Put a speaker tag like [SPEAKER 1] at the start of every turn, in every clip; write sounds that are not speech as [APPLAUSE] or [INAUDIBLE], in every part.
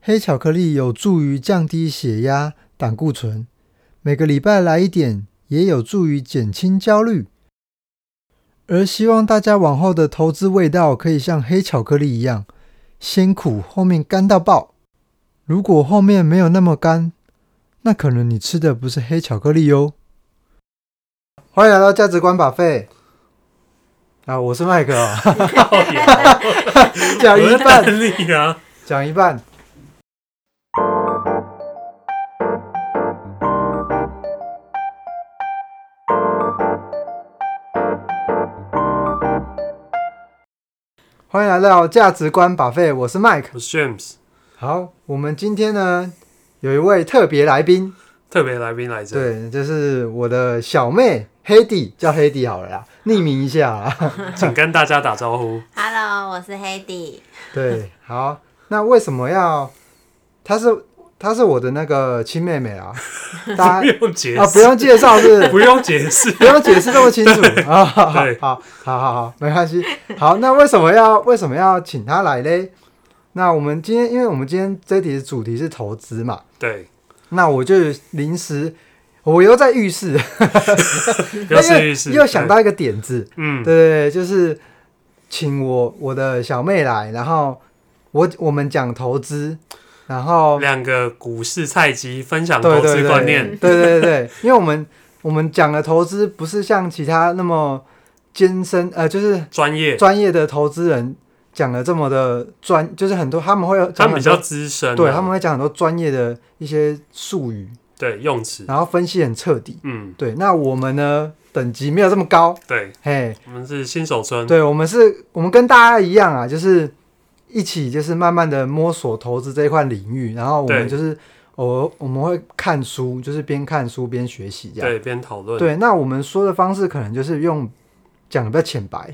[SPEAKER 1] 黑巧克力有助于降低血压、胆固醇，每个礼拜来一点也有助于减轻焦虑。而希望大家往后的投资味道可以像黑巧克力一样，先苦后面干到爆。如果后面没有那么干，那可能你吃的不是黑巧克力哟。欢迎来到价值观把费。啊，我是麦克、哦， [LAUGHS]
[SPEAKER 2] 靠呀，
[SPEAKER 1] 讲一半，
[SPEAKER 2] 力啊！
[SPEAKER 1] 讲一半。欢迎来到价值观把费，我是 Mike。
[SPEAKER 2] 我是 James，
[SPEAKER 1] 好，我们今天呢有一位特别来宾，
[SPEAKER 2] 特别来宾来着。
[SPEAKER 1] 对，就是我的小妹黑弟，叫黑弟好了啦，匿名一下啦。
[SPEAKER 2] 请跟大家打招呼。
[SPEAKER 3] Hello，我是黑弟。
[SPEAKER 1] 对，好，那为什么要？她是她是我的那个亲妹妹啊，大
[SPEAKER 2] 不
[SPEAKER 1] 家
[SPEAKER 2] 用解
[SPEAKER 1] 啊不
[SPEAKER 2] 释，
[SPEAKER 1] 用介绍是不
[SPEAKER 2] [LAUGHS]
[SPEAKER 1] 是
[SPEAKER 2] 不用解
[SPEAKER 1] [LAUGHS]。
[SPEAKER 2] 释
[SPEAKER 1] 不用解释那么清楚啊，好好
[SPEAKER 2] 对
[SPEAKER 1] 好好好好，没关系。好，那为什么要为什么要请她来嘞？那我们今天，因为我们今天这题的主题是投资嘛，
[SPEAKER 2] 对，
[SPEAKER 1] 那我就临时，我又在浴室，
[SPEAKER 2] 不要试一试。
[SPEAKER 1] [LAUGHS] 又想到一个点子，
[SPEAKER 2] 对，嗯
[SPEAKER 1] 对，对对，就是请我我的小妹来，然后我我们讲投资，然后
[SPEAKER 2] 两个股市菜鸡分享
[SPEAKER 1] 对
[SPEAKER 2] 投
[SPEAKER 1] 对
[SPEAKER 2] 资
[SPEAKER 1] 对，
[SPEAKER 2] 观念。
[SPEAKER 1] 对对对对，因为我们我们讲的投资不是像其他那么艰深，呃，就是
[SPEAKER 2] 专业，
[SPEAKER 1] 专业的投资人讲的这么的专，就是很多他们会
[SPEAKER 2] 他
[SPEAKER 1] 讲很
[SPEAKER 2] 们比较
[SPEAKER 1] 多，
[SPEAKER 2] 资深啊，
[SPEAKER 1] 对他们会讲很多专业的一些术语，
[SPEAKER 2] 对用词，
[SPEAKER 1] 然后分析很彻底。
[SPEAKER 2] 嗯，
[SPEAKER 1] 对，那我们呢等级没有这么高，
[SPEAKER 2] 对，
[SPEAKER 1] 嘿，
[SPEAKER 2] 我们是新手村，
[SPEAKER 1] 对，我们是，我们跟大家一样啊，就是一起就是慢慢的摸索投资这一块领域，然后我们就
[SPEAKER 2] 对
[SPEAKER 1] 是偶尔我们会看书，就是边看书边学习这样。
[SPEAKER 2] 对，边讨论，
[SPEAKER 1] 对，那我们说的方式可能就是用讲的比较浅白，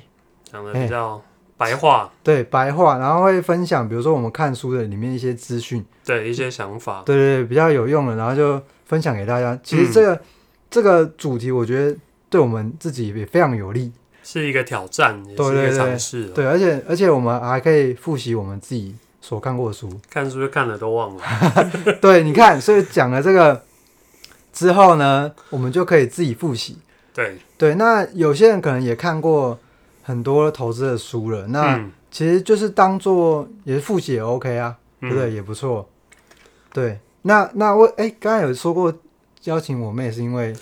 [SPEAKER 2] 讲的比
[SPEAKER 1] 哎
[SPEAKER 2] 较白话，
[SPEAKER 1] 对白话，然后会分享，比如说我们看书的里面一些资讯，
[SPEAKER 2] 对一些想法，
[SPEAKER 1] 对对对，比较有用的，然后就分享给大家。其实
[SPEAKER 2] 哦嗯
[SPEAKER 1] 这个、这个主题，我觉得对我们自己也非常有利。
[SPEAKER 2] 是一个挑战，也是
[SPEAKER 1] 对对
[SPEAKER 2] 一个
[SPEAKER 1] 对
[SPEAKER 2] 尝试哦。
[SPEAKER 1] 对，而且而且我们还可以复习我们自己所看过的书。
[SPEAKER 2] 看书就看了都忘了，
[SPEAKER 1] 对，你看，所以讲了这个之后呢，我们就可以自己复习。
[SPEAKER 2] 对，
[SPEAKER 1] 对，那有些人可能也看过很多投资的书了，那
[SPEAKER 2] 嗯
[SPEAKER 1] 其实就是当做也是复习也 OK 啊，
[SPEAKER 2] 嗯
[SPEAKER 1] 对不对？也不错。对，那那我哎，刚、才有说过邀请我妹是因为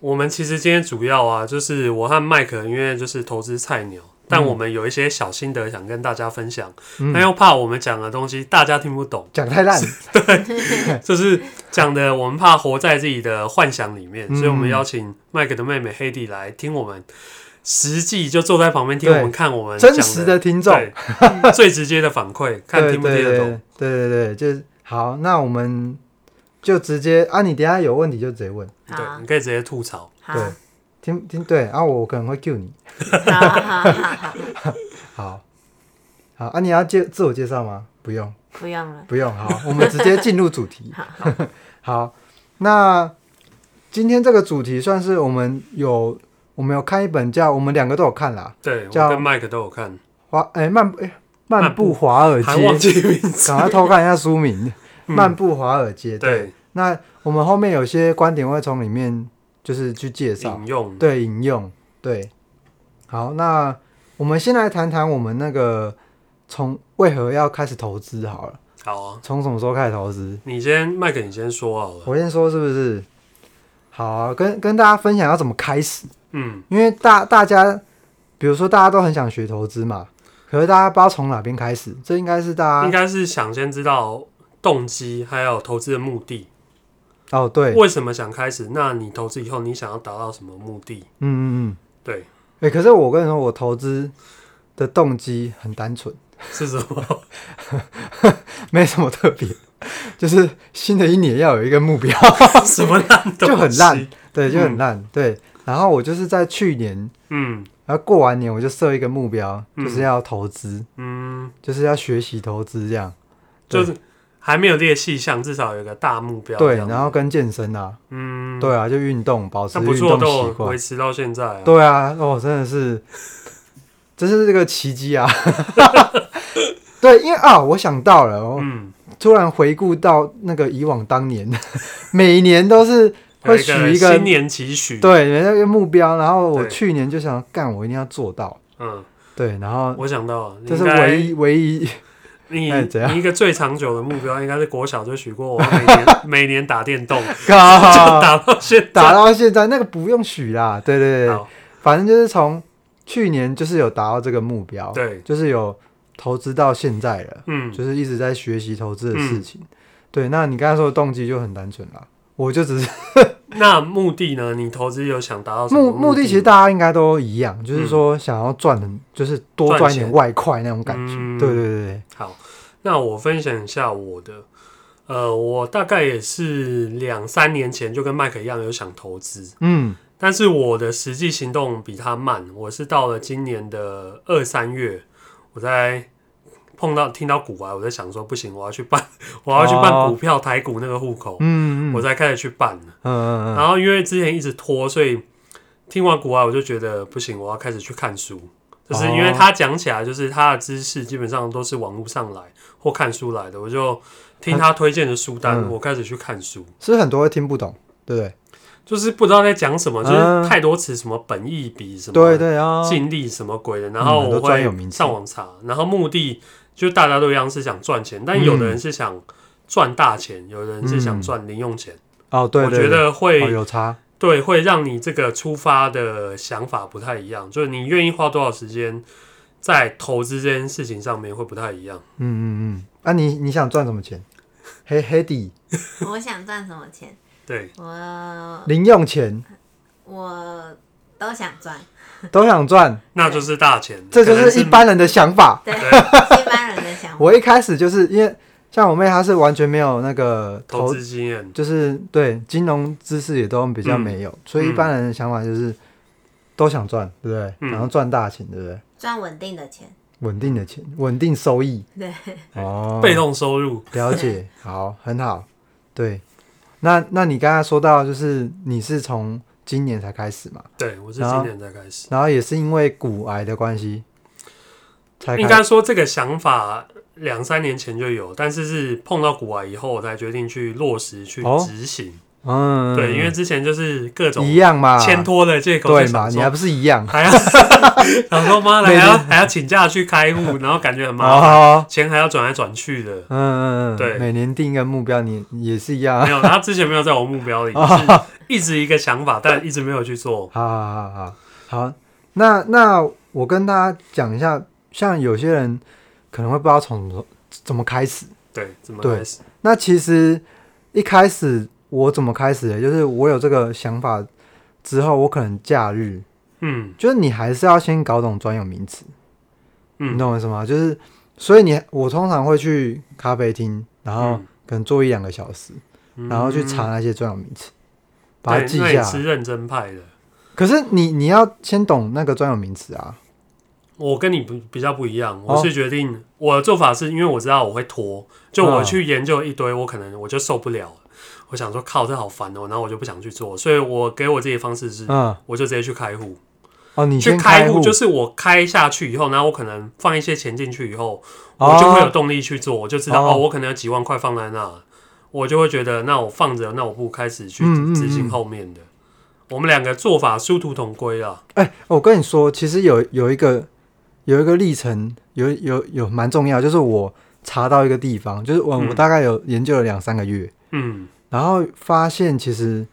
[SPEAKER 2] 我们其实今天主要啊，就是我和麦克，因为就是投资菜鸟，但我们有一些小心得想跟大家分享，
[SPEAKER 1] 嗯
[SPEAKER 2] 但又怕我们讲的东西大家听不懂，
[SPEAKER 1] 讲太烂，嗯
[SPEAKER 2] 就是讲的我们怕活在自己的幻想里面，
[SPEAKER 1] 嗯
[SPEAKER 2] 所以我们邀请麦克的妹妹黑弟来听我们，实际就坐在旁边听
[SPEAKER 1] 对
[SPEAKER 2] 我们看我
[SPEAKER 1] 嗯
[SPEAKER 2] 们
[SPEAKER 1] 真实
[SPEAKER 2] 的
[SPEAKER 1] 的听众，
[SPEAKER 2] 对 [LAUGHS] 最直接的反馈，看
[SPEAKER 1] 对
[SPEAKER 2] 听不听得懂。
[SPEAKER 1] 对对对对，就是好，那我们就直接啊，你等一下有问题就直接问，
[SPEAKER 2] 对
[SPEAKER 3] 好，
[SPEAKER 2] 你可以直接吐槽。
[SPEAKER 3] 好，
[SPEAKER 1] 对听听对，然、啊、后我可能会 cue 你。
[SPEAKER 3] 好，好，好，好，
[SPEAKER 1] 好，好啊，你要介自我介绍吗？不用，
[SPEAKER 3] 不用了。
[SPEAKER 1] 不用。好，我们直接进入主
[SPEAKER 2] [LAUGHS]
[SPEAKER 1] 题。 [LAUGHS] 好，那今天这个主题算是我们有我们有看一本叫我们两个都有看啦，
[SPEAKER 2] 对，我
[SPEAKER 1] 叫
[SPEAKER 2] 跟麦克都有看，
[SPEAKER 1] 华哎、漫哎漫
[SPEAKER 2] 漫
[SPEAKER 1] 步华尔
[SPEAKER 2] 还忘
[SPEAKER 1] 街，
[SPEAKER 2] 记名字。
[SPEAKER 1] 赶快偷看一下书
[SPEAKER 2] [LAUGHS]
[SPEAKER 1] 名，
[SPEAKER 2] 嗯
[SPEAKER 1] 漫步华尔街。对，
[SPEAKER 2] 对，
[SPEAKER 1] 那我们后面有些观点会从里面就是去介绍
[SPEAKER 2] 引，用
[SPEAKER 1] 对引用，对。好，那我们先来谈谈我们那个从为何要开始投资好了，
[SPEAKER 2] 好啊。
[SPEAKER 1] 从什么时候开始投资？
[SPEAKER 2] 你先，麦克，你先说好了。
[SPEAKER 1] 我先说是不是？好啊，跟跟大家分享要怎么开始，
[SPEAKER 2] 嗯，
[SPEAKER 1] 因为大大家，比如说大家都很想学投资嘛，可是大家不知道从哪边开始，这应该是大
[SPEAKER 2] 应
[SPEAKER 1] 家
[SPEAKER 2] 该是想先知道动机，还有投资的目的，
[SPEAKER 1] 哦对，
[SPEAKER 2] 为什么想开始？那你投资以后，你想要达到什么目的？
[SPEAKER 1] 嗯嗯嗯，
[SPEAKER 2] 对，
[SPEAKER 1] 哎、可是我跟你说，我投资的动机很单纯，
[SPEAKER 2] 是什么？ [LAUGHS]
[SPEAKER 1] 没什么特别， [LAUGHS] 就是新的一年要有一个目标。 [LAUGHS]
[SPEAKER 2] 什么烂东西？
[SPEAKER 1] 就很烂。对，就很烂。对，然后我就是在去年，
[SPEAKER 2] 嗯
[SPEAKER 1] 然后过完年我就设一个目标，
[SPEAKER 2] 嗯
[SPEAKER 1] 就是要投资，
[SPEAKER 2] 嗯，
[SPEAKER 1] 就是要学习投资这样。对
[SPEAKER 2] 就是还没有列细项，至少有一个大目标这
[SPEAKER 1] 对，
[SPEAKER 2] 样。
[SPEAKER 1] 然后跟健身啊，
[SPEAKER 2] 嗯，
[SPEAKER 1] 对啊，就运动，保持
[SPEAKER 2] 那不
[SPEAKER 1] 运
[SPEAKER 2] 错，
[SPEAKER 1] 动
[SPEAKER 2] 都
[SPEAKER 1] 习
[SPEAKER 2] 有
[SPEAKER 1] 惯
[SPEAKER 2] 维。持到现在啊。
[SPEAKER 1] 对啊，哦，真的是， [LAUGHS] 这是这个奇迹啊！对，因为啊，我想到了，我
[SPEAKER 2] 嗯，
[SPEAKER 1] 突然回顾到那个以往当年，每年都是会许
[SPEAKER 2] 有
[SPEAKER 1] 一
[SPEAKER 2] 一
[SPEAKER 1] 个
[SPEAKER 2] 新年期许，，
[SPEAKER 1] 对那个目标，然后我
[SPEAKER 2] 对
[SPEAKER 1] 去年就想干，我一定要做到。
[SPEAKER 2] 嗯，
[SPEAKER 1] 对，然后
[SPEAKER 2] 我想到了，
[SPEAKER 1] 这是
[SPEAKER 2] 你应该
[SPEAKER 1] 唯一唯
[SPEAKER 2] [LAUGHS]
[SPEAKER 1] 一
[SPEAKER 2] 你
[SPEAKER 1] 哎怎样
[SPEAKER 2] 你一个最长久的目标应该是国小就许过，我要每
[SPEAKER 1] [LAUGHS]
[SPEAKER 2] 年每年打电动，就
[SPEAKER 1] 打
[SPEAKER 2] 打到现在。
[SPEAKER 1] 啊 [LAUGHS] 打到现在，那个不用许啦。对对对，
[SPEAKER 2] 好，
[SPEAKER 1] 反正就是从去年就是有达到这个目标，
[SPEAKER 2] 对
[SPEAKER 1] 就是有投资到现在了。
[SPEAKER 2] 嗯，
[SPEAKER 1] 就是一直在学习投资的事情。对，那你刚才说的动机就很单纯啦，我就只是
[SPEAKER 2] 那目的呢？你投资有想达哦到什么嗯
[SPEAKER 1] 目目的，其实
[SPEAKER 2] 大
[SPEAKER 1] 大家应该都一样，就是说想要赚的，就是多赚一点外快那种感觉。
[SPEAKER 2] 嗯
[SPEAKER 1] 对对对对，
[SPEAKER 2] 好，那我分享一下我的，呃，我大概也是两三年前就跟麦克一样有想投资，
[SPEAKER 1] 嗯
[SPEAKER 2] 但是我的实际行动比他慢，我是到了今年的二三月，我在。碰到听到股啊，我在想说不行，我要去办， [LAUGHS] 我要去办
[SPEAKER 1] 哦
[SPEAKER 2] 股票台股那个户口，
[SPEAKER 1] 嗯嗯
[SPEAKER 2] 我
[SPEAKER 1] 嗯
[SPEAKER 2] 啊才开始去办。
[SPEAKER 1] 嗯嗯，
[SPEAKER 2] 然后因为之前一直拖，所以听完古外我就觉得不行，我要开始去看书。就是因为
[SPEAKER 1] 哦
[SPEAKER 2] 他讲起来，就是他的知识基本上都是网络上来或看书来的，我就听他推荐的书单，
[SPEAKER 1] 嗯
[SPEAKER 2] 我开始去看书，
[SPEAKER 1] 是不是很多会听不懂，对不对？
[SPEAKER 2] 就是不知道在讲什么，就
[SPEAKER 1] 嗯
[SPEAKER 2] 是太多词，什么本意比什么
[SPEAKER 1] 对对啊，
[SPEAKER 2] 尽力什么鬼的，然后
[SPEAKER 1] 很多
[SPEAKER 2] 我
[SPEAKER 1] 专有名
[SPEAKER 2] 会
[SPEAKER 1] 词
[SPEAKER 2] 上网查，然后目的就大家都一样是想赚钱，但有的人是想赚大钱，有的人是想
[SPEAKER 1] 嗯
[SPEAKER 2] 赚零用钱，
[SPEAKER 1] 哦对
[SPEAKER 2] 我
[SPEAKER 1] 对，
[SPEAKER 2] 觉
[SPEAKER 1] 对
[SPEAKER 2] 得会
[SPEAKER 1] 哦有差，
[SPEAKER 2] 对，会让你这个出发的想法不太一样，就是你愿意花多少时间在投资这件事情上面会不太一样。
[SPEAKER 1] 嗯嗯嗯。啊你你想赚什么钱？黑黑底
[SPEAKER 3] 我想赚什么钱？
[SPEAKER 2] 对，
[SPEAKER 3] 我
[SPEAKER 1] 零用钱
[SPEAKER 3] 我都想赚，
[SPEAKER 1] 都想赚，
[SPEAKER 2] 那就是大钱，
[SPEAKER 1] 这就
[SPEAKER 2] 可能
[SPEAKER 1] 是一般人的想法。
[SPEAKER 3] 对，一般人的
[SPEAKER 1] [LAUGHS]
[SPEAKER 3] 想法。
[SPEAKER 1] 我一开始就是因为像我妹，她是完全没有那个
[SPEAKER 2] 投
[SPEAKER 1] 投，
[SPEAKER 2] 资经验。
[SPEAKER 1] 就是对金融知识也都比
[SPEAKER 2] 嗯
[SPEAKER 1] 较没有，所以一般人的想法就是都想赚，对不对？
[SPEAKER 2] 嗯
[SPEAKER 1] 然后赚大钱，对不对？
[SPEAKER 3] 赚稳定的钱，
[SPEAKER 1] 稳定的钱，稳定收益。
[SPEAKER 3] 对，
[SPEAKER 1] 哦，
[SPEAKER 2] 被动收入，
[SPEAKER 1] 了解，好，很好，对。那那你刚才说到，就是你是从今年才开始嘛，
[SPEAKER 2] 对我是
[SPEAKER 1] 然后
[SPEAKER 2] 今年才开始，
[SPEAKER 1] 然后也是因为骨癌的关系，才
[SPEAKER 2] 应
[SPEAKER 1] 开
[SPEAKER 2] 该说这个想法两三年前就有，但是是碰到股外以后，我才决定去落实去
[SPEAKER 1] 哦
[SPEAKER 2] 执行。
[SPEAKER 1] 嗯，
[SPEAKER 2] 对，因为之前就是各种
[SPEAKER 1] 一样嘛，
[SPEAKER 2] 牵拖的借口，
[SPEAKER 1] 对
[SPEAKER 2] 就
[SPEAKER 1] 嘛，
[SPEAKER 2] 想
[SPEAKER 1] 你还
[SPEAKER 2] 说
[SPEAKER 1] 不是一样？
[SPEAKER 2] 还要 [LAUGHS] 想说妈的，还
[SPEAKER 1] 每
[SPEAKER 2] 要
[SPEAKER 1] 年
[SPEAKER 2] 还要请假去开户，然后感觉很麻烦。
[SPEAKER 1] 哦，。
[SPEAKER 2] 钱还要转来转去的
[SPEAKER 1] 嗯嗯嗯，
[SPEAKER 2] 对
[SPEAKER 1] 每年定一个目标，你也是一样啊。 [LAUGHS]
[SPEAKER 2] 没有，他之前没有在我目标里，是一直一个想法，但一直没有去做。
[SPEAKER 1] 好好好好好，那那我跟大家讲一下，像有些人可能会不知道从怎么开始。
[SPEAKER 2] 对，怎么
[SPEAKER 1] 对
[SPEAKER 2] 开始？
[SPEAKER 1] 那其实一开始我怎么开始的，就是我有这个想法之后，我可能假日，
[SPEAKER 2] 嗯
[SPEAKER 1] 就是你还是要先搞懂专有名词，你
[SPEAKER 2] 嗯，
[SPEAKER 1] 懂我意思吗？就是所以你我通常会去咖啡厅，然后
[SPEAKER 2] 嗯
[SPEAKER 1] 可能坐一两个小时，然后去查
[SPEAKER 2] 嗯，
[SPEAKER 1] 那些专有名词，把它
[SPEAKER 2] 对，
[SPEAKER 1] 记
[SPEAKER 2] 那
[SPEAKER 1] 下
[SPEAKER 2] 你
[SPEAKER 1] 来
[SPEAKER 2] 是。认真派的。
[SPEAKER 1] 可是你你要先懂那个专有名词啊，
[SPEAKER 2] 我跟你不比较不一样，
[SPEAKER 1] 哦
[SPEAKER 2] 我是决定、我的做法是因为我知道我会拖，就我
[SPEAKER 1] 嗯
[SPEAKER 2] 去研究一堆，我可能我就受不了了。我想说靠，这好烦哦、然后我就不想去做，所以我给我自己的方式是，
[SPEAKER 1] 嗯，
[SPEAKER 2] 我就直接去开户。
[SPEAKER 1] 哦，你
[SPEAKER 2] 去
[SPEAKER 1] 先
[SPEAKER 2] 开
[SPEAKER 1] 户
[SPEAKER 2] 户就是我开下去以后，然后我可能放一些钱进去以后，
[SPEAKER 1] 哦
[SPEAKER 2] 我就会有动力去做，我就知道
[SPEAKER 1] 哦
[SPEAKER 2] 哦，我可能有几万块放在那，我就会觉得那我放着，那我不如开始去
[SPEAKER 1] 嗯嗯
[SPEAKER 2] 执行后面的。我们两个做法殊途同归啊，
[SPEAKER 1] 哎、我跟你说，其实有有一个有一个历程，有有有蛮重要，就是我查到一个地方，就是我、
[SPEAKER 2] 嗯
[SPEAKER 1] 我大概有研究了两三个月，
[SPEAKER 2] 嗯，
[SPEAKER 1] 然后发现其实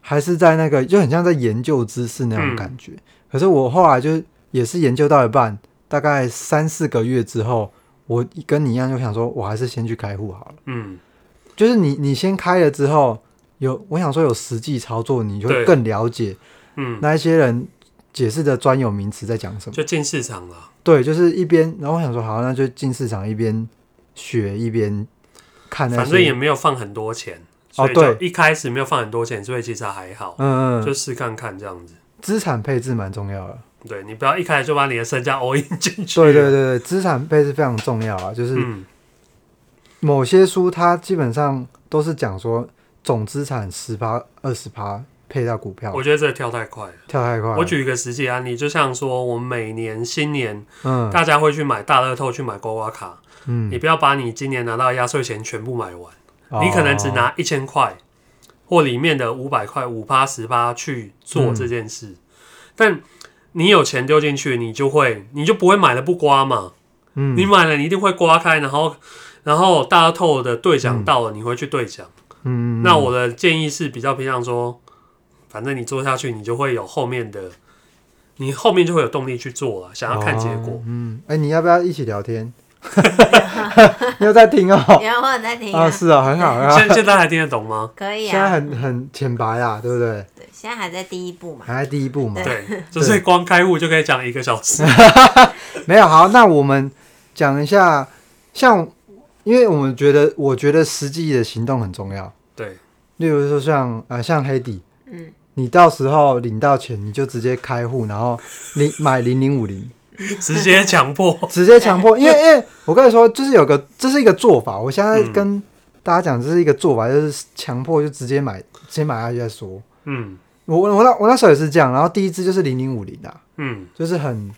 [SPEAKER 1] 还是在那个就很像在研究知识那
[SPEAKER 2] 嗯
[SPEAKER 1] 种感觉。可是我后来就也是研究到一半，大概三四个月之后，我跟你一样就想说，我还是先去开户好了。
[SPEAKER 2] 嗯，
[SPEAKER 1] 就是你你先开了之后，有我想说有实际操作，你就会
[SPEAKER 2] 对
[SPEAKER 1] 更了解
[SPEAKER 2] 嗯，
[SPEAKER 1] 那一些人解释的专有名词在讲什么。
[SPEAKER 2] 就进市场了。
[SPEAKER 1] 对，就是一边，然后我想说好，那就进市场一边学一边看那
[SPEAKER 2] 反正也
[SPEAKER 1] 些，
[SPEAKER 2] 没有放很多钱，
[SPEAKER 1] 哦
[SPEAKER 2] 所以就
[SPEAKER 1] 对
[SPEAKER 2] 一开始没有放很多钱，所以其实还好，
[SPEAKER 1] 嗯
[SPEAKER 2] 就
[SPEAKER 1] 嗯，
[SPEAKER 2] 试看看这样子。
[SPEAKER 1] 资产配置蛮重要的。
[SPEAKER 2] 对你不要一开始就把你的身家 all in 进去，啊
[SPEAKER 1] 对对，对对，资产配置非常重要啊，就是
[SPEAKER 2] 嗯，
[SPEAKER 1] 某些书它基本上都是讲说总资产十趴、二十趴、配到股票
[SPEAKER 2] 我，觉得这跳太快了。
[SPEAKER 1] 跳太快了。
[SPEAKER 2] 我举一个实际案例，就像说我们每年新年
[SPEAKER 1] 嗯
[SPEAKER 2] 大家会去买大乐透、去买刮刮卡，
[SPEAKER 1] 嗯，
[SPEAKER 2] 你不要把你今年拿到的压岁钱全部买完，
[SPEAKER 1] 哦
[SPEAKER 2] 你可能只拿一千块或里面的五百块、五趴、十趴去做这件事，
[SPEAKER 1] 嗯
[SPEAKER 2] 但你有钱丢进去，你就会你就不会买了不刮嘛，
[SPEAKER 1] 嗯
[SPEAKER 2] 你买了你一定会刮开，然后然后大乐透的兑奖到了，你会去兑奖。
[SPEAKER 1] 嗯，嗯
[SPEAKER 2] 那我的建议是比较偏向说，反正你做下去，你就会有后面的，你后面就会有动力去做了，想要看结果
[SPEAKER 1] 哦。嗯，哎、你要不要一起聊天？ [LAUGHS] 你有在听哦？
[SPEAKER 3] 然后我在听
[SPEAKER 1] 啊，
[SPEAKER 3] 啊，
[SPEAKER 1] 是啊，很好啊。
[SPEAKER 2] 现现在还听得懂吗？
[SPEAKER 3] 可以
[SPEAKER 1] 现在
[SPEAKER 3] 啊，
[SPEAKER 1] 很很浅白啊，对不对？
[SPEAKER 3] 对现在还在第一步嘛，
[SPEAKER 1] 还在第一步嘛。
[SPEAKER 2] 对，就是光开户就可以讲一个小时。
[SPEAKER 1] 没有好，那我们讲一下，像因为我们觉得，我觉得实际的行动很重要。
[SPEAKER 2] 对，
[SPEAKER 1] 例如说像呃，像黑底，
[SPEAKER 3] 嗯，
[SPEAKER 1] 你到时候领到钱，你就直接开户，然后你买零零五零，
[SPEAKER 2] 直接
[SPEAKER 1] [LAUGHS]
[SPEAKER 2] 强迫。
[SPEAKER 1] 直接强迫。因为因为我跟你说，就是有个这是一个做法，我现在
[SPEAKER 2] 嗯
[SPEAKER 1] 跟大家讲，这是一个做法，就是强迫就直接买，直接买下去再说。
[SPEAKER 2] 嗯
[SPEAKER 1] 我我我那我那时候也是这样，然后第一支就是零零五零啊，
[SPEAKER 2] 嗯，
[SPEAKER 1] 就是很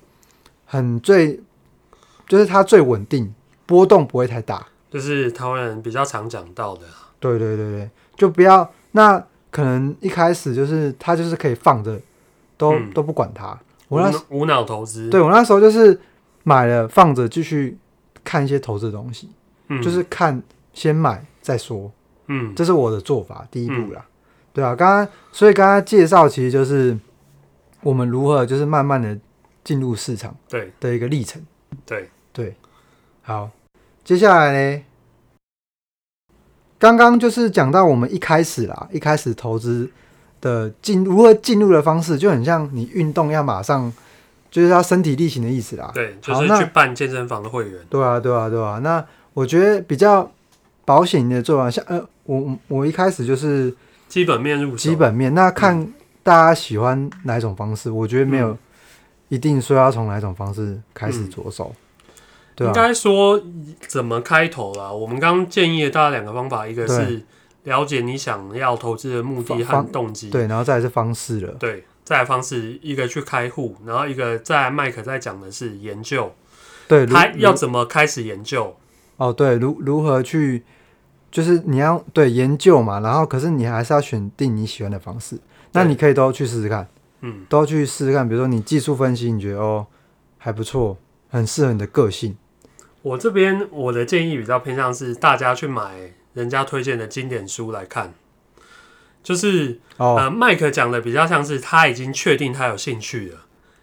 [SPEAKER 1] 很最，就是它最稳定，波动不会太大。
[SPEAKER 2] 就是台湾人比较常讲到的。
[SPEAKER 1] 对对对对，就不要那可能一开始就是它就是可以放着，都、
[SPEAKER 2] 嗯
[SPEAKER 1] 都不管它。
[SPEAKER 2] 无
[SPEAKER 1] 我那时
[SPEAKER 2] 脑无脑投资，
[SPEAKER 1] 对我那时候就是买了放着，继续看一些投资的东西，
[SPEAKER 2] 嗯，
[SPEAKER 1] 就是看先买再说，
[SPEAKER 2] 嗯
[SPEAKER 1] 这是我的做法，第一步啦。对啊，刚刚所以刚刚介绍其实就是我们如何就是慢慢的进入市场
[SPEAKER 2] 对
[SPEAKER 1] 的一个历程。
[SPEAKER 2] 对，
[SPEAKER 1] 对，好，接下来呢，刚刚就是讲到我们一开始啦，一开始投资的进如何进入的方式，就很像你运动要马上就是要身体力行的意思啦。
[SPEAKER 2] 对，就
[SPEAKER 1] 好
[SPEAKER 2] 是
[SPEAKER 1] 那
[SPEAKER 2] 去办健身房的会员。
[SPEAKER 1] 对啊，对啊，对啊。那我觉得比较保险的做法，像呃，我我一开始就是
[SPEAKER 2] 基本面入手，
[SPEAKER 1] 基本面，那
[SPEAKER 2] 嗯
[SPEAKER 1] 看大家喜欢哪一种方式，我觉得没有一定说要从哪一种方式开始
[SPEAKER 2] 嗯
[SPEAKER 1] 着手。对
[SPEAKER 2] 应
[SPEAKER 1] 啊，
[SPEAKER 2] 该说怎么开头啦？我们刚刚建议了大家两个方法，一个
[SPEAKER 1] 对
[SPEAKER 2] 是了解你想要投资的目的
[SPEAKER 1] 方
[SPEAKER 2] 和动机，
[SPEAKER 1] 对，然后再来是方式了。
[SPEAKER 2] 对，再来方式一个去开户，然后一个在麦克在讲的是研究，
[SPEAKER 1] 对，如
[SPEAKER 2] 他要
[SPEAKER 1] 如
[SPEAKER 2] 怎么开始研究？
[SPEAKER 1] 哦，对，如如何去，就是你要对研究嘛，然后可是你还是要选定你喜欢的方式。那
[SPEAKER 2] 对
[SPEAKER 1] 你可以都去试试看，
[SPEAKER 2] 嗯，
[SPEAKER 1] 都去试试看。比如说你技术分析，你觉得哦还不错，很适合你的个性。
[SPEAKER 2] 我这边我的建议比较偏向是大家去买人家推荐的经典书来看，就是、
[SPEAKER 1] 哦，
[SPEAKER 2] 呃，麦克讲的比较像是他已经确定他有兴趣了，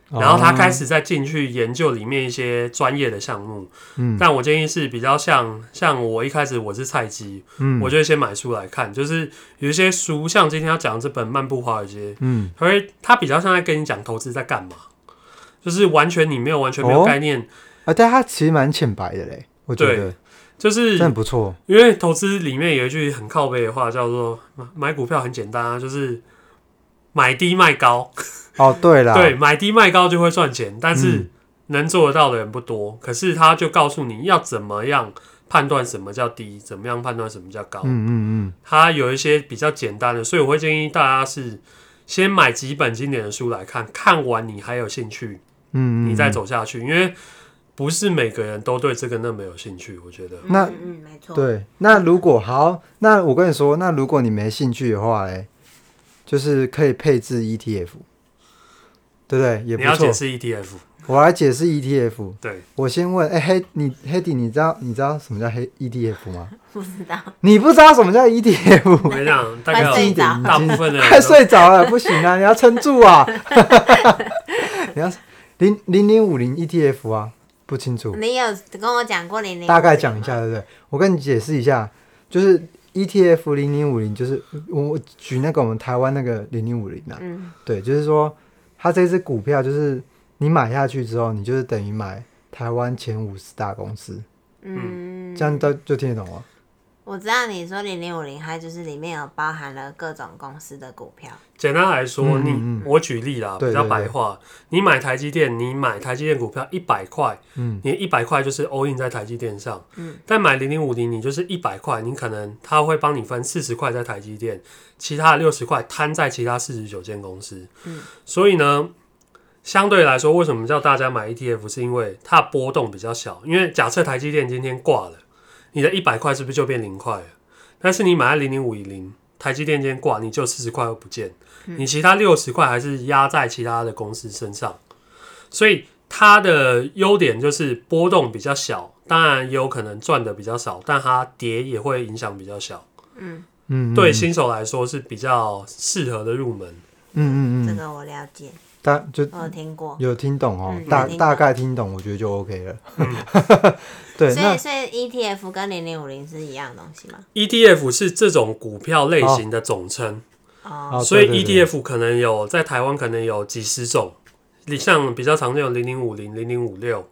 [SPEAKER 1] 哦
[SPEAKER 2] 然后他开始再进去研究里面一些专业的项目。
[SPEAKER 1] 嗯
[SPEAKER 2] 但我建议是比较像像我一开始我是菜鸡，
[SPEAKER 1] 嗯，
[SPEAKER 2] 我就会先买书来看，就是有一些书，像今天要讲的这本《漫步华尔街》，
[SPEAKER 1] 嗯
[SPEAKER 2] 它会它比较像在跟你讲投资在干嘛，就是完全你没有完全没
[SPEAKER 1] 哦
[SPEAKER 2] 有概念，
[SPEAKER 1] 啊，但他其实蛮浅白的嘞，我觉
[SPEAKER 2] 对
[SPEAKER 1] 得
[SPEAKER 2] 就是
[SPEAKER 1] 真的不错。
[SPEAKER 2] 因为投资里面有一句很靠背的话叫做买买股票很简单啊，就是买低卖高，
[SPEAKER 1] 哦，对嗯啦，
[SPEAKER 2] 对，买低卖高就会赚钱，但是能做得到的人不多，可是他就告诉你要怎么样判断什么叫低，怎么样判断什么叫高，
[SPEAKER 1] 嗯嗯
[SPEAKER 2] 它有一些比较简单的，所以我会建议大家是先买几本经典的书来看，看完你还有兴趣，
[SPEAKER 1] 嗯嗯，
[SPEAKER 2] 你再
[SPEAKER 1] 嗯。
[SPEAKER 2] 走下去，因为不是每个人都对这个那么有兴趣，我觉得。
[SPEAKER 1] 那
[SPEAKER 3] 嗯嗯，没错，
[SPEAKER 1] 对，那如果好，那我跟你说，那如果你没兴趣的话，嘞，就是可以配置 ETF，对不对？也
[SPEAKER 2] 你
[SPEAKER 1] 不
[SPEAKER 2] 要
[SPEAKER 1] 错
[SPEAKER 2] 解。释 ETF，
[SPEAKER 1] 我来解释 ETF。
[SPEAKER 2] 对，
[SPEAKER 1] 我先问，哎、黑你黑迪，你知道你知道什么叫黑 ETF 吗？
[SPEAKER 3] 不知道，
[SPEAKER 1] 你不知道什么叫 ETF，
[SPEAKER 2] 我跟你讲，大概
[SPEAKER 3] 快
[SPEAKER 2] 有
[SPEAKER 3] 睡着
[SPEAKER 1] 经典
[SPEAKER 2] 大部分的人
[SPEAKER 1] 快
[SPEAKER 2] 都
[SPEAKER 1] 睡着了，不行
[SPEAKER 2] [LAUGHS]
[SPEAKER 1] 啊，你要撑住啊！ [LAUGHS] 你要零零零五零 ETF 啊，不清楚，
[SPEAKER 3] 你有跟我讲过零零，
[SPEAKER 1] 大概讲一下，对不对？我跟你解释一下，就是 ETF 零零五零，就是我我举那个我们台湾那个零零五零啊，
[SPEAKER 3] 嗯，
[SPEAKER 1] 对，就是说它这只股票就是你买下去之后，你就是等于买台湾前五十大公司，
[SPEAKER 3] 嗯嗯，
[SPEAKER 1] 这样都就听得懂吗？
[SPEAKER 3] 我知道你说零零五零，它就是里面有包含了各种公司的股票。
[SPEAKER 2] 简单来说，
[SPEAKER 1] 嗯
[SPEAKER 2] 你、
[SPEAKER 1] 嗯嗯
[SPEAKER 2] 我举例啦，
[SPEAKER 1] 对
[SPEAKER 2] 比较
[SPEAKER 1] 对
[SPEAKER 2] 白
[SPEAKER 1] 对
[SPEAKER 2] 话，你买台积电，你买台积电股票一百块，
[SPEAKER 1] 嗯，
[SPEAKER 2] 你一百块就是 all in 在台积电上，
[SPEAKER 3] 嗯，
[SPEAKER 2] 但买零零五零，你就是一百块，你可能他会帮你分四十块在台积电，其他的六十块摊在其他四十九间公司，
[SPEAKER 3] 嗯，
[SPEAKER 2] 所以呢，相对来说，为什么叫大家买 ETF，是因为它的波动比较小，因为假设台积电今天挂了，你的一百块是不是就变零块了？但是你买在零零五零，台积电今天挂，你就四十块又不见，
[SPEAKER 1] 嗯
[SPEAKER 2] 你其他六十块还是压在其他的公司身上，所以它的优点就是波动比较小，当然也有可能赚的比较少，但它跌也会影响比较小，
[SPEAKER 3] 嗯，
[SPEAKER 1] 嗯，嗯
[SPEAKER 2] 对，新手来说是比较适合的入门。
[SPEAKER 1] 嗯嗯
[SPEAKER 3] 这
[SPEAKER 1] 嗯，
[SPEAKER 3] 个我了解，
[SPEAKER 1] 大就
[SPEAKER 3] 我有听过。
[SPEAKER 1] 有听懂哦
[SPEAKER 3] 嗯，有
[SPEAKER 1] 大
[SPEAKER 3] 听懂
[SPEAKER 1] 大概听懂，我觉得就 OK 了。
[SPEAKER 2] 嗯
[SPEAKER 1] [LAUGHS] 对，
[SPEAKER 3] 所以，
[SPEAKER 1] 那
[SPEAKER 3] 所以 ETF 跟零零五零是一样的东西吗？
[SPEAKER 2] ETF E 是这种股票类型的总称，
[SPEAKER 3] 哦，
[SPEAKER 1] 哦
[SPEAKER 2] 所以 E
[SPEAKER 1] 对对对
[SPEAKER 2] ETF 可能有在台湾可能有几十种，你像比较常见有零零五零、零零五六，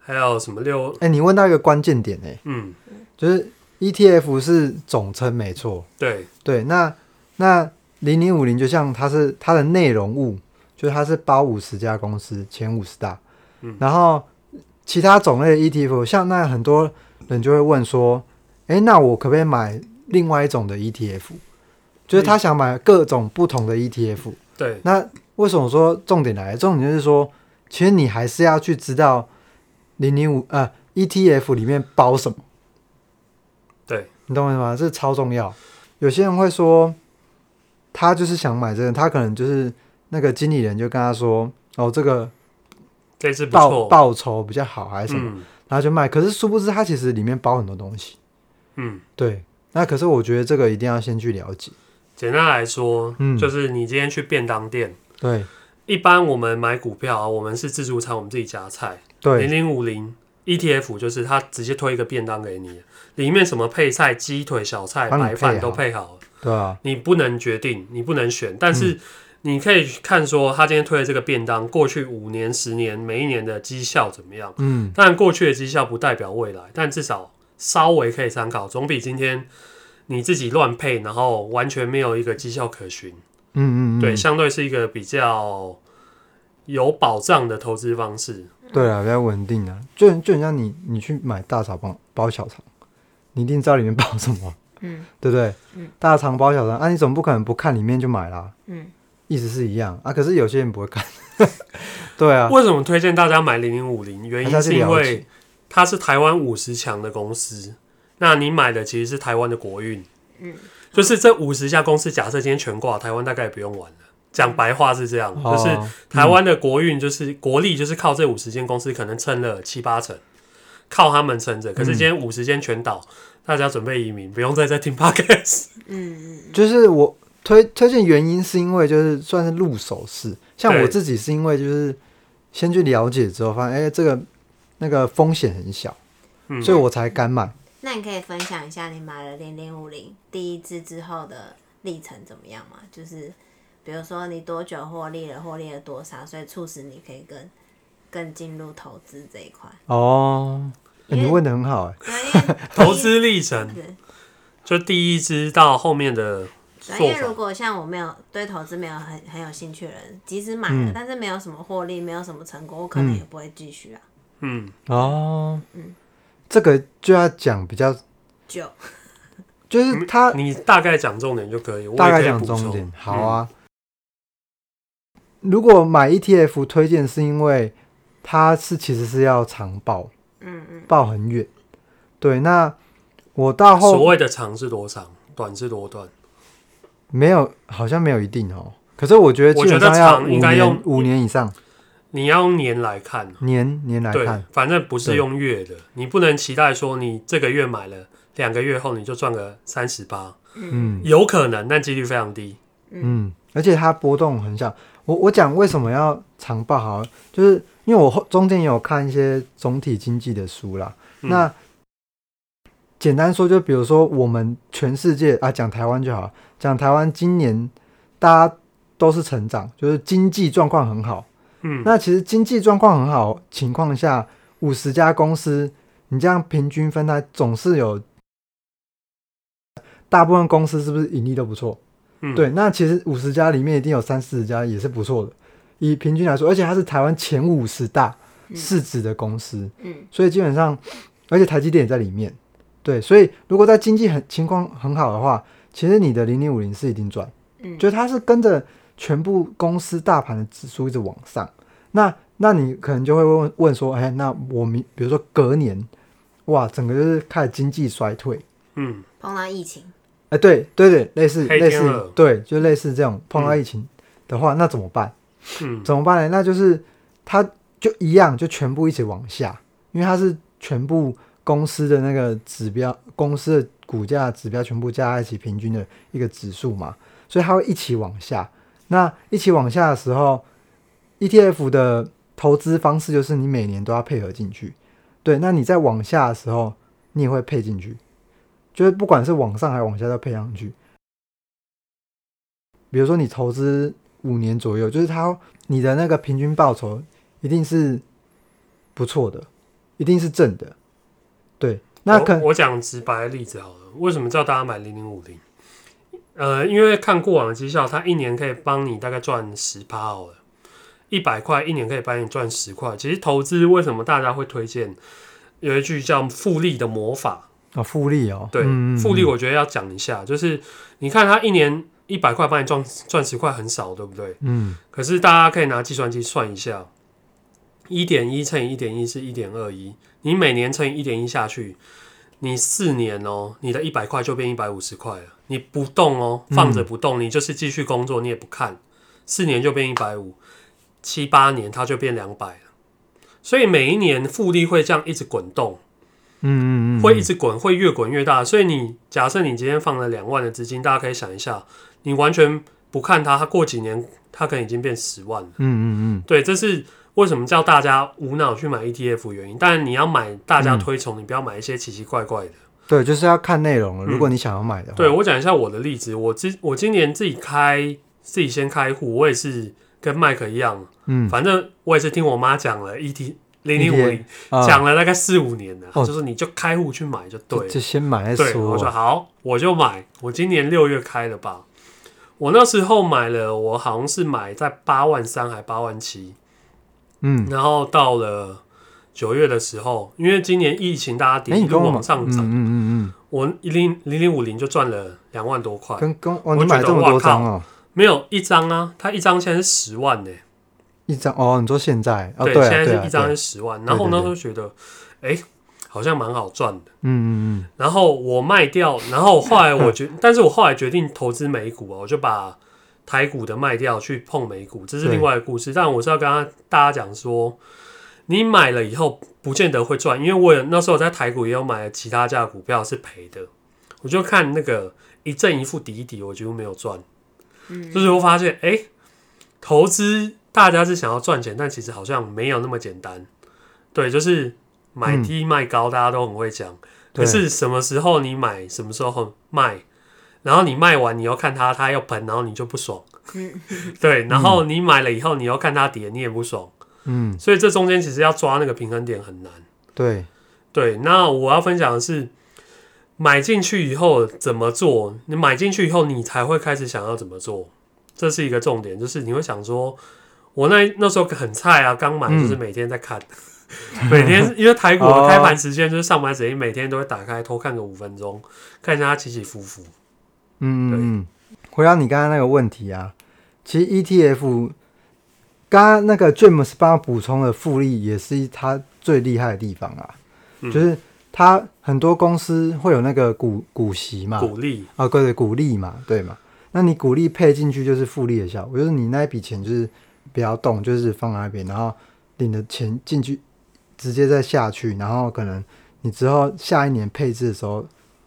[SPEAKER 2] 还有什么六，
[SPEAKER 1] 哎，你问到一个关键点哎，
[SPEAKER 2] 嗯，
[SPEAKER 1] 就是 ETF 是总称没错，
[SPEAKER 2] 对，
[SPEAKER 1] 对，那那零零五零就像它是它的内容物，就是它是包五十家公司前五十大，
[SPEAKER 2] 嗯
[SPEAKER 1] 然后其他种类的 ETF，像那很多人就会问说，哎、那我可不可以买另外一种的 ETF？就是他想买各种不同的 ETF，、
[SPEAKER 2] 对，
[SPEAKER 1] 那为什么说重点来了？重点就是说，其实你还是要去知道零零五呃 ETF 里面包什么。
[SPEAKER 2] 对，
[SPEAKER 1] 你懂我意思吗？这超重要。有些人会说，他就是想买这个，他可能就是那个经理人就跟他说，哦，这个
[SPEAKER 2] 这次不
[SPEAKER 1] 报
[SPEAKER 2] 错，
[SPEAKER 1] 报酬比较好还是什么，
[SPEAKER 2] 嗯
[SPEAKER 1] 然后就卖。可是殊不知，它其实里面包很多东西。
[SPEAKER 2] 嗯，
[SPEAKER 1] 对，那可是我觉得这个一定要先去了解。
[SPEAKER 2] 简单来说，
[SPEAKER 1] 嗯
[SPEAKER 2] 就是你今天去便当店，
[SPEAKER 1] 对
[SPEAKER 2] 一般我们买股票啊，我们是自助餐，我们自己夹菜，零
[SPEAKER 1] 对，
[SPEAKER 2] 零五零 ETF 就是它直接推一个便当给你，里面什么配菜、鸡腿、小菜、
[SPEAKER 1] 帮你
[SPEAKER 2] 白饭
[SPEAKER 1] 配好
[SPEAKER 2] 都配好了。
[SPEAKER 1] 对啊，
[SPEAKER 2] 你不能决定，你不能选，但
[SPEAKER 1] 嗯
[SPEAKER 2] 是你可以看说他今天推的这个便当，过去五年、十年每一年的绩效怎么样。
[SPEAKER 1] 嗯，
[SPEAKER 2] 当然，过去的绩效不代表未来，但至少稍微可以参考，总比今天你自己乱配，然后完全没有一个绩效可循。
[SPEAKER 1] 嗯嗯嗯，
[SPEAKER 2] 对，相对是一个比较有保障的投资方式。
[SPEAKER 1] 对啊，比较稳定啊。就就很像你你去买大肠包包小肠，你一定知道里面包什么，
[SPEAKER 3] 嗯
[SPEAKER 1] 对不对？
[SPEAKER 3] 嗯
[SPEAKER 1] 大肠包小肠，啊，你总不可能不看里面就买啦。
[SPEAKER 3] 嗯，
[SPEAKER 1] 意思是一样啊，可是有些人不会看。 [LAUGHS] 对啊，
[SPEAKER 2] 为什么推荐大家买零零五零？原
[SPEAKER 1] 还
[SPEAKER 2] 因
[SPEAKER 1] 是
[SPEAKER 2] 是
[SPEAKER 1] 要
[SPEAKER 2] 因
[SPEAKER 1] 去了
[SPEAKER 2] 为
[SPEAKER 1] 解
[SPEAKER 2] 它是台湾五十强的公司，那你买的其实是台湾的国运。
[SPEAKER 3] 嗯，
[SPEAKER 2] 就是这五十家公司，假设今天全挂，台湾大概也不用玩了。讲白话是这样，就是
[SPEAKER 1] 哦
[SPEAKER 2] 台湾的国运就是、国力，就是靠这五十间公司可能撑了七八成，靠他们撑着。可是
[SPEAKER 1] 嗯
[SPEAKER 2] 今天五十间全倒，大家准备移民，不用再再听 [LAUGHS] podcast。
[SPEAKER 3] 嗯嗯
[SPEAKER 1] 就是我推推荐原因是因为就是算是入手式，像我
[SPEAKER 2] 对
[SPEAKER 1] 自己是因为就是先去了解之后发现，哎、这个那个风险很小，
[SPEAKER 2] 嗯，
[SPEAKER 1] 所以我才敢买。
[SPEAKER 3] 那你可以分享一下你买了零零五零第一支之后的历程怎么样吗？就是比如说你多久获利了，获利了多少，所以促使你可以更更进入投资这一块。
[SPEAKER 1] 哦，哎
[SPEAKER 3] 因为
[SPEAKER 1] 你问的很好、哎，
[SPEAKER 3] 对因为
[SPEAKER 2] 投资历程
[SPEAKER 3] 对
[SPEAKER 2] 就第一支到后面的
[SPEAKER 3] 对因
[SPEAKER 2] 做
[SPEAKER 3] 为如
[SPEAKER 2] 法，
[SPEAKER 3] 果像我没有对投资没有很很有兴趣的人，即使买了，
[SPEAKER 1] 嗯
[SPEAKER 3] 但是没有什么获利，没有什么成果，我可能也不会继续啊。
[SPEAKER 2] 嗯，
[SPEAKER 1] 哦，
[SPEAKER 3] 嗯
[SPEAKER 1] 这个就要讲比较，
[SPEAKER 3] 就
[SPEAKER 1] 就是它
[SPEAKER 2] 你大概讲重点就可以，我也
[SPEAKER 1] 大概
[SPEAKER 2] 可以
[SPEAKER 1] 讲
[SPEAKER 2] 补
[SPEAKER 1] 重
[SPEAKER 2] 充嗯
[SPEAKER 1] 点。好，啊，如果买 ETF 推荐是因为它是其实是要长报，
[SPEAKER 3] 嗯嗯
[SPEAKER 1] 报很远。对，那我到
[SPEAKER 2] 嗯所
[SPEAKER 1] 后
[SPEAKER 2] 谓的长是多长，短是多短。
[SPEAKER 1] 没有，好像没有一定哦。可是我觉得基
[SPEAKER 2] 我觉
[SPEAKER 1] 本
[SPEAKER 2] 得
[SPEAKER 1] 上要
[SPEAKER 2] 长
[SPEAKER 1] 五
[SPEAKER 2] 应该用
[SPEAKER 1] 年，五年以上，
[SPEAKER 2] 你要用年来看，
[SPEAKER 1] 年年来
[SPEAKER 2] 对
[SPEAKER 1] 看。，
[SPEAKER 2] 反正不是
[SPEAKER 1] 对
[SPEAKER 2] 用月的，你不能期待说你这个月买了，两个月后你就赚个三十八，
[SPEAKER 1] 嗯
[SPEAKER 3] 嗯
[SPEAKER 2] 有可能，但几率非常低。
[SPEAKER 1] 嗯，而且它波动很小。我我讲为什么要长报好，就是因为我后中间有看一些总体经济的书啦。
[SPEAKER 2] 嗯
[SPEAKER 1] 那简单说，就比如说我们全世界啊，讲台湾就好了，讲台湾今年大家都是成长，就是经济状况很好。
[SPEAKER 2] 嗯，
[SPEAKER 1] 那其实经济状况很好情况下，五十家公司，你这样平均分它总是有大部分公司是不是盈利都不错？
[SPEAKER 2] 嗯
[SPEAKER 1] 对，那其实五十家里面一定有三四十家也是不错的，以平均来说，而且它是台湾前五十大市值的公司，
[SPEAKER 3] 嗯
[SPEAKER 1] 所以基本上，而且台积电也在里面，对，所以如果在经济很情况很好的话，其实你的零零五零是一定赚，
[SPEAKER 3] 嗯
[SPEAKER 1] 就是它是跟着全部公司大盘的指数一直往上，那那你可能就会问问说，哎，那我明比如说隔年，哇，整个就是开始经济衰退，
[SPEAKER 2] 嗯，
[SPEAKER 3] 碰到疫情，
[SPEAKER 1] 哎，对对对，类似
[SPEAKER 2] 黑
[SPEAKER 1] 类
[SPEAKER 2] 天
[SPEAKER 1] 似
[SPEAKER 2] 鹅，
[SPEAKER 1] 对，就类似这种碰到疫情的话，那怎么办？
[SPEAKER 2] 嗯，
[SPEAKER 1] 怎么办呢？那就是它就一样，就全部一起往下，因为它是全部公司的那个指标，公司的股价指标全部加在一起平均的一个指数嘛，所以它会一起往下。那一起往下的时候，ETF 的投资方式就是你每年都要配合进去。对，那你在往下的时候，你也会配进去，就是不管是往上还是往下都配上去。比如说你投资五年左右，就是它你的那个平均报酬一定是不错的，一定是正的。对，那可
[SPEAKER 2] 我我讲直白的例子好了，为什么叫大家买零零五零？呃，因为看过往的绩效，它一年可以帮你大概赚十趴好了，一百块一年可以帮你赚十块。其实投资为什么大家会推荐？有一句叫复利的魔法，
[SPEAKER 1] 啊、复利哦，
[SPEAKER 2] 对，
[SPEAKER 1] 嗯
[SPEAKER 2] 复利我觉得要讲一下，就是你看它一年一百块帮你赚赚十块很少，对不对？
[SPEAKER 1] 嗯
[SPEAKER 2] 可是大家可以拿计算机算一下，一点一乘以一点一是一点二一，你每年乘以一点一下去，你四年哦，你的一百块就变一百五十块了。你不动哦，放
[SPEAKER 1] 嗯
[SPEAKER 2] 着不动，你就是继续工作，你也不看，四年就变一百五，七八年它就变两百了。所以每一年复利会这样一直滚动，
[SPEAKER 1] 嗯嗯嗯，
[SPEAKER 2] 会一直滚，会越滚越大。所以你假设你今天放了两万的资金，大家可以想一下，你完全不看它，它过几年它可能已经变十万了。
[SPEAKER 1] 嗯嗯嗯
[SPEAKER 2] 对，这是为什么叫大家无脑去买 E ETF 原因。但你要买
[SPEAKER 1] 嗯
[SPEAKER 2] 大家推崇，你不要买一些奇奇怪怪的。
[SPEAKER 1] 对，就是要看内容了。如果你想要买的话，
[SPEAKER 2] 嗯对我讲一下我的例子，我今我今年自己开，自己先开户，我也是跟麦克一样，
[SPEAKER 1] 嗯，
[SPEAKER 2] 反正我也是听我妈讲了 ET 零零五
[SPEAKER 1] ETF
[SPEAKER 2] 零，
[SPEAKER 1] 啊
[SPEAKER 2] 讲了大概四五年了，
[SPEAKER 1] 哦
[SPEAKER 2] 就是你就开户去买就对了
[SPEAKER 1] 就。就先买再
[SPEAKER 2] 对，我
[SPEAKER 1] 说
[SPEAKER 2] 说
[SPEAKER 1] 啊。
[SPEAKER 2] 好，我就买。我今年六月开的吧，我那时候买了，我好像是买在八万三还八万七，
[SPEAKER 1] 嗯，
[SPEAKER 2] 然后到了九月的时候，因为今年疫情大家
[SPEAKER 1] 哎，
[SPEAKER 2] 跌
[SPEAKER 1] 你
[SPEAKER 2] 一
[SPEAKER 1] 跟
[SPEAKER 2] 路
[SPEAKER 1] 我
[SPEAKER 2] 往
[SPEAKER 1] 买，
[SPEAKER 2] 上
[SPEAKER 1] 嗯
[SPEAKER 2] 涨，
[SPEAKER 1] 嗯嗯
[SPEAKER 2] 我一零零零五零就赚了两万多块
[SPEAKER 1] 嗯，，跟跟哦，
[SPEAKER 2] 我
[SPEAKER 1] 你买
[SPEAKER 2] 觉得
[SPEAKER 1] 这么多
[SPEAKER 2] 哇靠
[SPEAKER 1] 张哦，
[SPEAKER 2] 没有一张啊，它一张现在是十万呢、
[SPEAKER 1] 一张哦，你说现在哦，
[SPEAKER 2] 对，
[SPEAKER 1] 对啊，
[SPEAKER 2] 现在
[SPEAKER 1] 对啊
[SPEAKER 2] 是一张
[SPEAKER 1] 对啊
[SPEAKER 2] 是十万，
[SPEAKER 1] 对
[SPEAKER 2] 然后我那
[SPEAKER 1] 对
[SPEAKER 2] 时候觉得，哎、好像蛮好赚的，
[SPEAKER 1] 嗯嗯
[SPEAKER 2] 然后我卖掉，然后后来我决， [LAUGHS] 但是我后来决定投资美股啊，我就把台股的卖掉去碰美股，这是
[SPEAKER 1] 对
[SPEAKER 2] 另外的故事。但我是要跟他大家讲说，你买了以后不见得会赚，因为我有那时候在台股也有买其他家的股票是赔的，我就看那个一正一负抵一抵，我几乎没有赚。
[SPEAKER 3] 嗯
[SPEAKER 2] 就是会发现，哎、投资大家是想要赚钱，但其实好像没有那么简单。对，就是买低卖高，大家都很会讲。可
[SPEAKER 1] 对
[SPEAKER 2] 是什么时候你买，什么时候卖，然后你卖完，你又看它，它又喷，然后你就不爽。
[SPEAKER 3] 嗯
[SPEAKER 2] [LAUGHS] 对，然后你买了以后，你又看它跌，你也不爽。
[SPEAKER 1] 嗯，
[SPEAKER 2] 所以这中间其实要抓那个平衡点很难。
[SPEAKER 1] 对，
[SPEAKER 2] 对，那我要分享的是，买进去以后怎么做？你买进去以后，你才会开始想要怎么做，这是一个重点，就是你会想说，我那那时候很菜啊，刚买
[SPEAKER 1] 嗯哦
[SPEAKER 2] 就是每天在看， [LAUGHS] 每天因为台股的开盘时间就是上班时间，每天都会打开偷看个五分钟，看一下它起起伏伏。
[SPEAKER 1] 嗯嗯嗯。回到你刚刚那个问题啊，其实 ETF，刚刚那个 James 帮我补充的复利也是它最厉害的地方啊，
[SPEAKER 2] 嗯
[SPEAKER 1] 就是它很多公司会有那个股股息嘛，
[SPEAKER 2] 鼓励，
[SPEAKER 1] 啊，对对，鼓励嘛，对嘛？那你鼓励配进去就是复利的效果，就是你那一笔钱就是不要动，就是放在那边，然后领的钱进去，直接再下去，然后可能你之后下一年配置的时候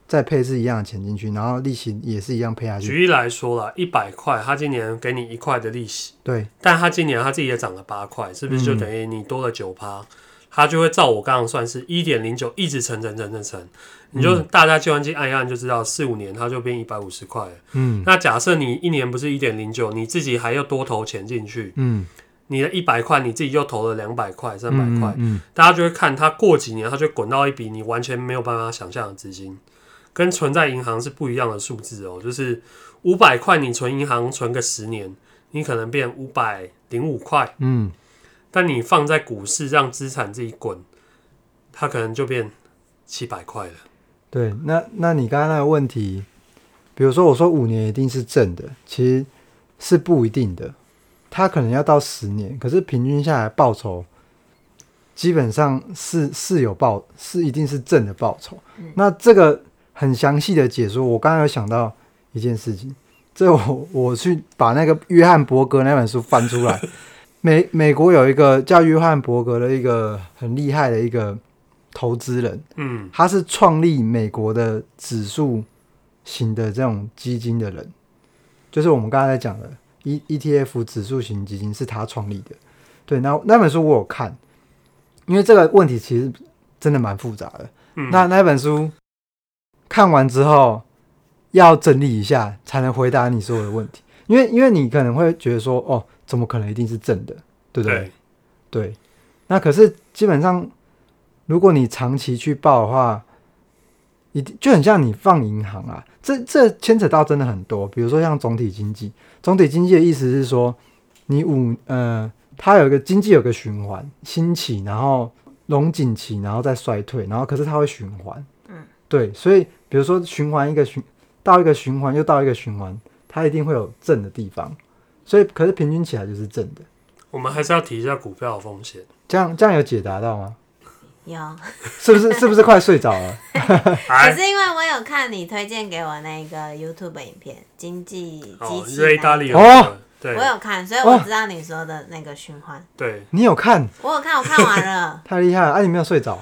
[SPEAKER 1] 再配置一样的钱进去，然后利息也是一样配下去。
[SPEAKER 2] 举例来说啦，一百块，他今年给你一块的利息，
[SPEAKER 1] 对，
[SPEAKER 2] 但他今年他自己也涨了八块，是不是就
[SPEAKER 1] 嗯
[SPEAKER 2] 等于你多了九趴？他就会照我刚刚算是一点零九，一直乘乘乘乘乘，你就
[SPEAKER 1] 嗯
[SPEAKER 2] 大家计算机按一按就知道，四五年它就变一百五十块了。
[SPEAKER 1] 嗯
[SPEAKER 2] 那假设你一年不是一点零九，你自己还要多投钱进去，
[SPEAKER 1] 嗯，
[SPEAKER 2] 你的一百块你自己又投了两百块、三百块，
[SPEAKER 1] 嗯，
[SPEAKER 2] 大家就会看它过几年，它就滚到一笔你完全没有办法想象的资金。跟存在银行是不一样的数字哦。就是五百块你存银行存个十年，你可能变五百零五块，
[SPEAKER 1] 嗯，
[SPEAKER 2] 但你放在股市让资产自己滚，它可能就变七百块了。
[SPEAKER 1] 对。那那你刚刚那个问题，比如说我说五年一定是正的，其实是不一定的，它可能要到十年，可是平均下来报酬基本上是是有报是一定是正的报酬。那这个很详细的解说，我刚刚有想到一件事情，这我我去把那个约翰伯格那本书翻出来。美美国有一个叫约翰伯格的一个很厉害的一个投资人，
[SPEAKER 2] 嗯
[SPEAKER 1] 他是创立美国的指数型的这种基金的人，就是我们刚才在讲的 E E T F 指数型基金是他创立的。对，那那本书我有看，因为这个问题其实真的蛮复杂的。
[SPEAKER 2] 嗯，
[SPEAKER 1] 那那本书看完之后，要整理一下才能回答你所有的问题，因为因为你可能会觉得说，哦，怎么可能一定是正的，对不对？
[SPEAKER 2] 对，
[SPEAKER 1] 对，那可是基本上，如果你长期去报的话，一定就很像你放银行啊。这这牵扯到真的很多，比如说像总体经济，总体经济的意思是说，你五呃，它有一个经济有个循环，兴起，然后龙景期，然后再衰退，然后可是它会循环。
[SPEAKER 3] 嗯，
[SPEAKER 1] 对，所以比如说循环一个循到一个循环又到一个循环，它一定会有正的地方，所以可是平均起来就是正的。
[SPEAKER 2] 我们还是要提一下股票的风险。
[SPEAKER 1] [LAUGHS] 这样这样有解答到吗？
[SPEAKER 3] 有，
[SPEAKER 1] 是不是是不是快睡着了？
[SPEAKER 3] 可
[SPEAKER 2] 哎，
[SPEAKER 3] 是因为我有看你推荐给我那个 YouTube 影片《经济
[SPEAKER 2] 哦
[SPEAKER 3] 机器
[SPEAKER 2] 瑞达
[SPEAKER 3] 那
[SPEAKER 2] 利
[SPEAKER 3] 一
[SPEAKER 2] 有
[SPEAKER 3] 个》，
[SPEAKER 1] 哦
[SPEAKER 2] 对
[SPEAKER 3] 我有看，所以我知道你说的那个循环。
[SPEAKER 2] 对，
[SPEAKER 1] 你有看？
[SPEAKER 3] 我有看，我看
[SPEAKER 1] [LAUGHS]
[SPEAKER 3] 完了。
[SPEAKER 1] 太厉害了！啊，你没有睡着？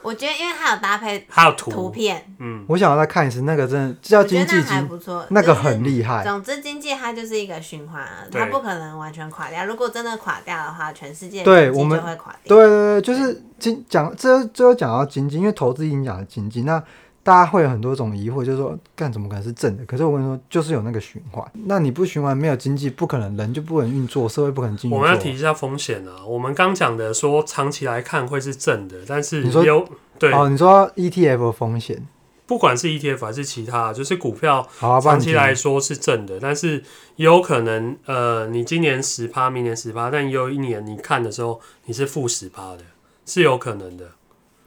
[SPEAKER 3] 我觉得因为它有搭配
[SPEAKER 2] 还有
[SPEAKER 3] 图
[SPEAKER 2] 图，
[SPEAKER 3] 片，
[SPEAKER 2] 嗯，
[SPEAKER 1] 我想要再看一次那个，真的这叫
[SPEAKER 3] 我觉
[SPEAKER 1] 经
[SPEAKER 3] 得那
[SPEAKER 1] 济
[SPEAKER 3] 还
[SPEAKER 1] 经，
[SPEAKER 3] 不错，
[SPEAKER 1] 那个
[SPEAKER 3] 就是
[SPEAKER 1] 很厉害。
[SPEAKER 3] 总之，经济它就是一个循环啊，
[SPEAKER 2] 对
[SPEAKER 3] 它不可能完全垮掉。如果真的垮掉的话，全世界
[SPEAKER 1] 对
[SPEAKER 3] 经济
[SPEAKER 1] 我们
[SPEAKER 3] 就会垮掉。
[SPEAKER 1] 对对对，就是经讲这这又讲到经济，因为投资影响了经济，那大家会有很多种疑惑，就是说干怎么可能是正的？可是我跟你说，就是有那个循环。那你不循环，没有经济，不可能人就不能运作，社会不可能经
[SPEAKER 2] 我们要提
[SPEAKER 1] 营。
[SPEAKER 2] 一下风险啊。我们刚讲的说长期来看会是正的，但是
[SPEAKER 1] 你说
[SPEAKER 2] 有对，
[SPEAKER 1] 哦，你说 ETF 的风险，
[SPEAKER 2] 不管是 ETF 还是其他，就是股票
[SPEAKER 1] 好啊，不然
[SPEAKER 2] 长
[SPEAKER 1] 你
[SPEAKER 2] 期
[SPEAKER 1] 提
[SPEAKER 2] 来说是正的，但是也有可能呃，你今年十趴，明年十趴，但也有一年你看的时候你是负十趴的，是有可能的。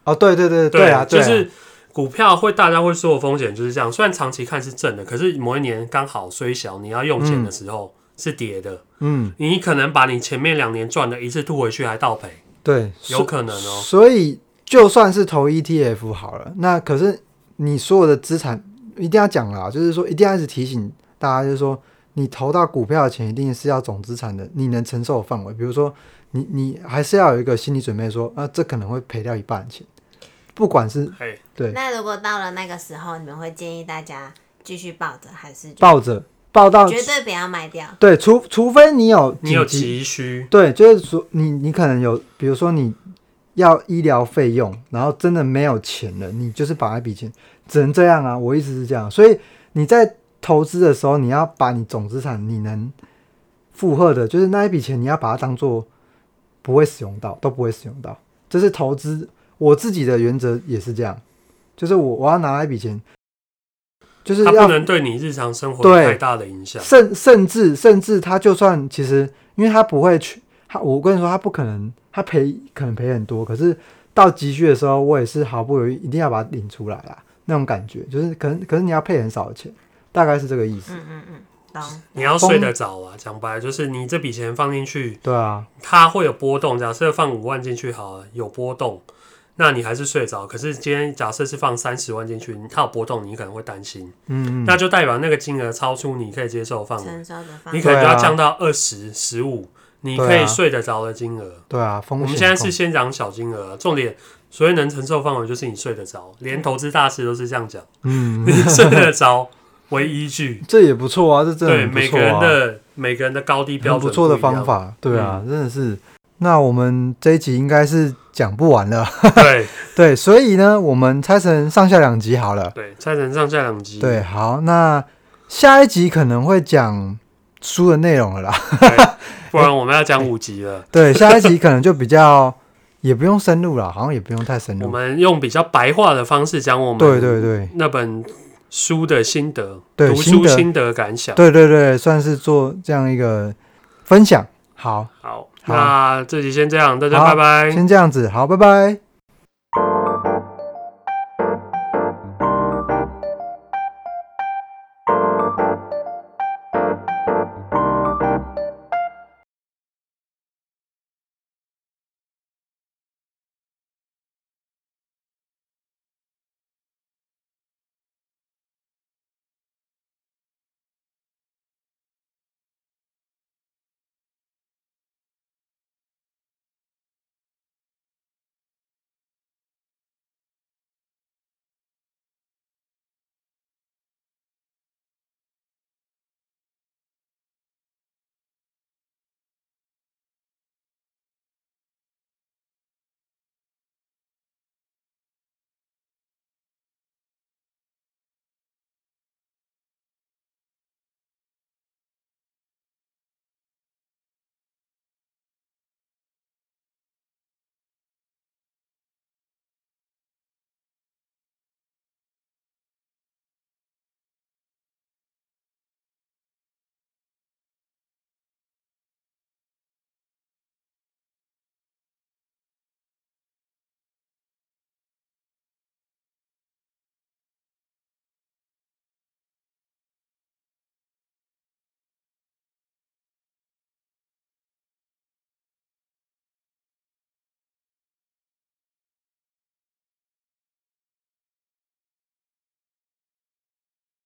[SPEAKER 1] 哦，对对对对啊，对
[SPEAKER 2] 就
[SPEAKER 1] 啊
[SPEAKER 2] 是股票会大家会说的风险就是这样，虽然长期看是正的，可是某一年刚好虽小，你要用钱的时候是跌的，
[SPEAKER 1] 嗯，
[SPEAKER 2] 你可能把你前面两年赚的一次吐回去还倒赔，
[SPEAKER 1] 对，
[SPEAKER 2] 有可能哦。
[SPEAKER 1] 所以就算是投 ETF 好了，那可是你所有的资产一定要讲啦，就是说一定要一直提醒大家，就是说你投到股票的钱一定是要总资产的你能承受的范围，比如说你你还是要有一个心理准备说啊这可能会赔掉一半的钱，不管是
[SPEAKER 2] 嘿，
[SPEAKER 1] 对
[SPEAKER 3] 那如果到了那个时候，你们会建议大家继续抱着，还是就
[SPEAKER 1] 抱着抱到
[SPEAKER 3] 绝对不要卖掉？
[SPEAKER 1] 对，除除非你有
[SPEAKER 2] 你有
[SPEAKER 1] 紧急
[SPEAKER 2] 急需，
[SPEAKER 1] 对，就是说你你可能有，比如说你要医疗费用，然后真的没有钱了，你就是把那笔钱只能这样啊。我一直是这样，所以你在投资的时候，你要把你总资产你能负荷的，就是那一笔钱，你要把它当做不会使用到，都不会使用到。这是投资我自己的原则也是这样，就是我我要拿那一笔钱，就是
[SPEAKER 2] 它
[SPEAKER 1] 要
[SPEAKER 2] 不能对你日常生活有
[SPEAKER 1] 对
[SPEAKER 2] 太大的影响。
[SPEAKER 1] 甚甚至甚至他就算其实，因为他不会去，他我跟你说他不可能，他赔可能赔很多，可是到急需的时候，我也是毫不犹豫一定要把它领出来啦，那种感觉就是可能可是你要配很少的钱，大概是这个意思，
[SPEAKER 3] 嗯嗯嗯，懂。
[SPEAKER 2] 你要睡得着啊！讲白了就是，你这笔钱放进去，
[SPEAKER 1] 对啊，
[SPEAKER 2] 它会有波动。假设放五万进去好了，有波动，那你还是睡着。可是今天假设是放三十万进去，它有波动，你可能会担心，
[SPEAKER 1] 嗯嗯，
[SPEAKER 2] 那就代表那个金额超出你可以接受的范围，
[SPEAKER 3] 承受的方
[SPEAKER 2] 你
[SPEAKER 3] 式。
[SPEAKER 2] 可能就
[SPEAKER 1] 对
[SPEAKER 2] 要
[SPEAKER 1] 啊
[SPEAKER 2] 降到二十、十五，你可
[SPEAKER 1] 对
[SPEAKER 2] 以
[SPEAKER 1] 啊
[SPEAKER 2] 睡得着的金额。
[SPEAKER 1] 对啊，风
[SPEAKER 2] 我
[SPEAKER 1] 险
[SPEAKER 2] 们现在
[SPEAKER 1] 控
[SPEAKER 2] 是先讲小金额啊、重点所谓能承受范围就是你睡得着，连投资大师都是这样讲，
[SPEAKER 1] 嗯，
[SPEAKER 2] 你 [LAUGHS] 睡
[SPEAKER 1] [LAUGHS]
[SPEAKER 2] 得着为依据。
[SPEAKER 1] 这也不错啊，这真的
[SPEAKER 2] 对
[SPEAKER 1] 很不
[SPEAKER 2] 每个
[SPEAKER 1] 错
[SPEAKER 2] 人
[SPEAKER 1] 啊，
[SPEAKER 2] 的每个人的高低标
[SPEAKER 1] 很
[SPEAKER 2] 准
[SPEAKER 1] 不错的
[SPEAKER 2] 一样嗯
[SPEAKER 1] 方，法，对啊，真的是，那我们这一集应该是讲不完了，
[SPEAKER 2] [LAUGHS]
[SPEAKER 1] [LAUGHS]
[SPEAKER 2] 对
[SPEAKER 1] 对，所以呢，我们拆成上下两集好了。
[SPEAKER 2] 对，拆成上下两集。
[SPEAKER 1] 对，好，那下一集可能会讲书的内容了啦。 [LAUGHS]
[SPEAKER 2] 不然我们要讲五集了。
[SPEAKER 1] 对，下一集可能就比较也不用深入啦，好像也不用太深
[SPEAKER 2] 我
[SPEAKER 1] 入。
[SPEAKER 2] 们用比较白话的方式讲我们
[SPEAKER 1] 哎对对对
[SPEAKER 2] 那本书的心得，
[SPEAKER 1] 对
[SPEAKER 2] 读
[SPEAKER 1] 心
[SPEAKER 2] 书
[SPEAKER 1] 得
[SPEAKER 2] 心得感想。
[SPEAKER 1] 对对对，算是做这样一个分享。好，
[SPEAKER 2] 好，
[SPEAKER 1] 好
[SPEAKER 2] 那这集先这样，大家
[SPEAKER 1] 好
[SPEAKER 2] 拜拜。
[SPEAKER 1] 先这样子，好，拜拜。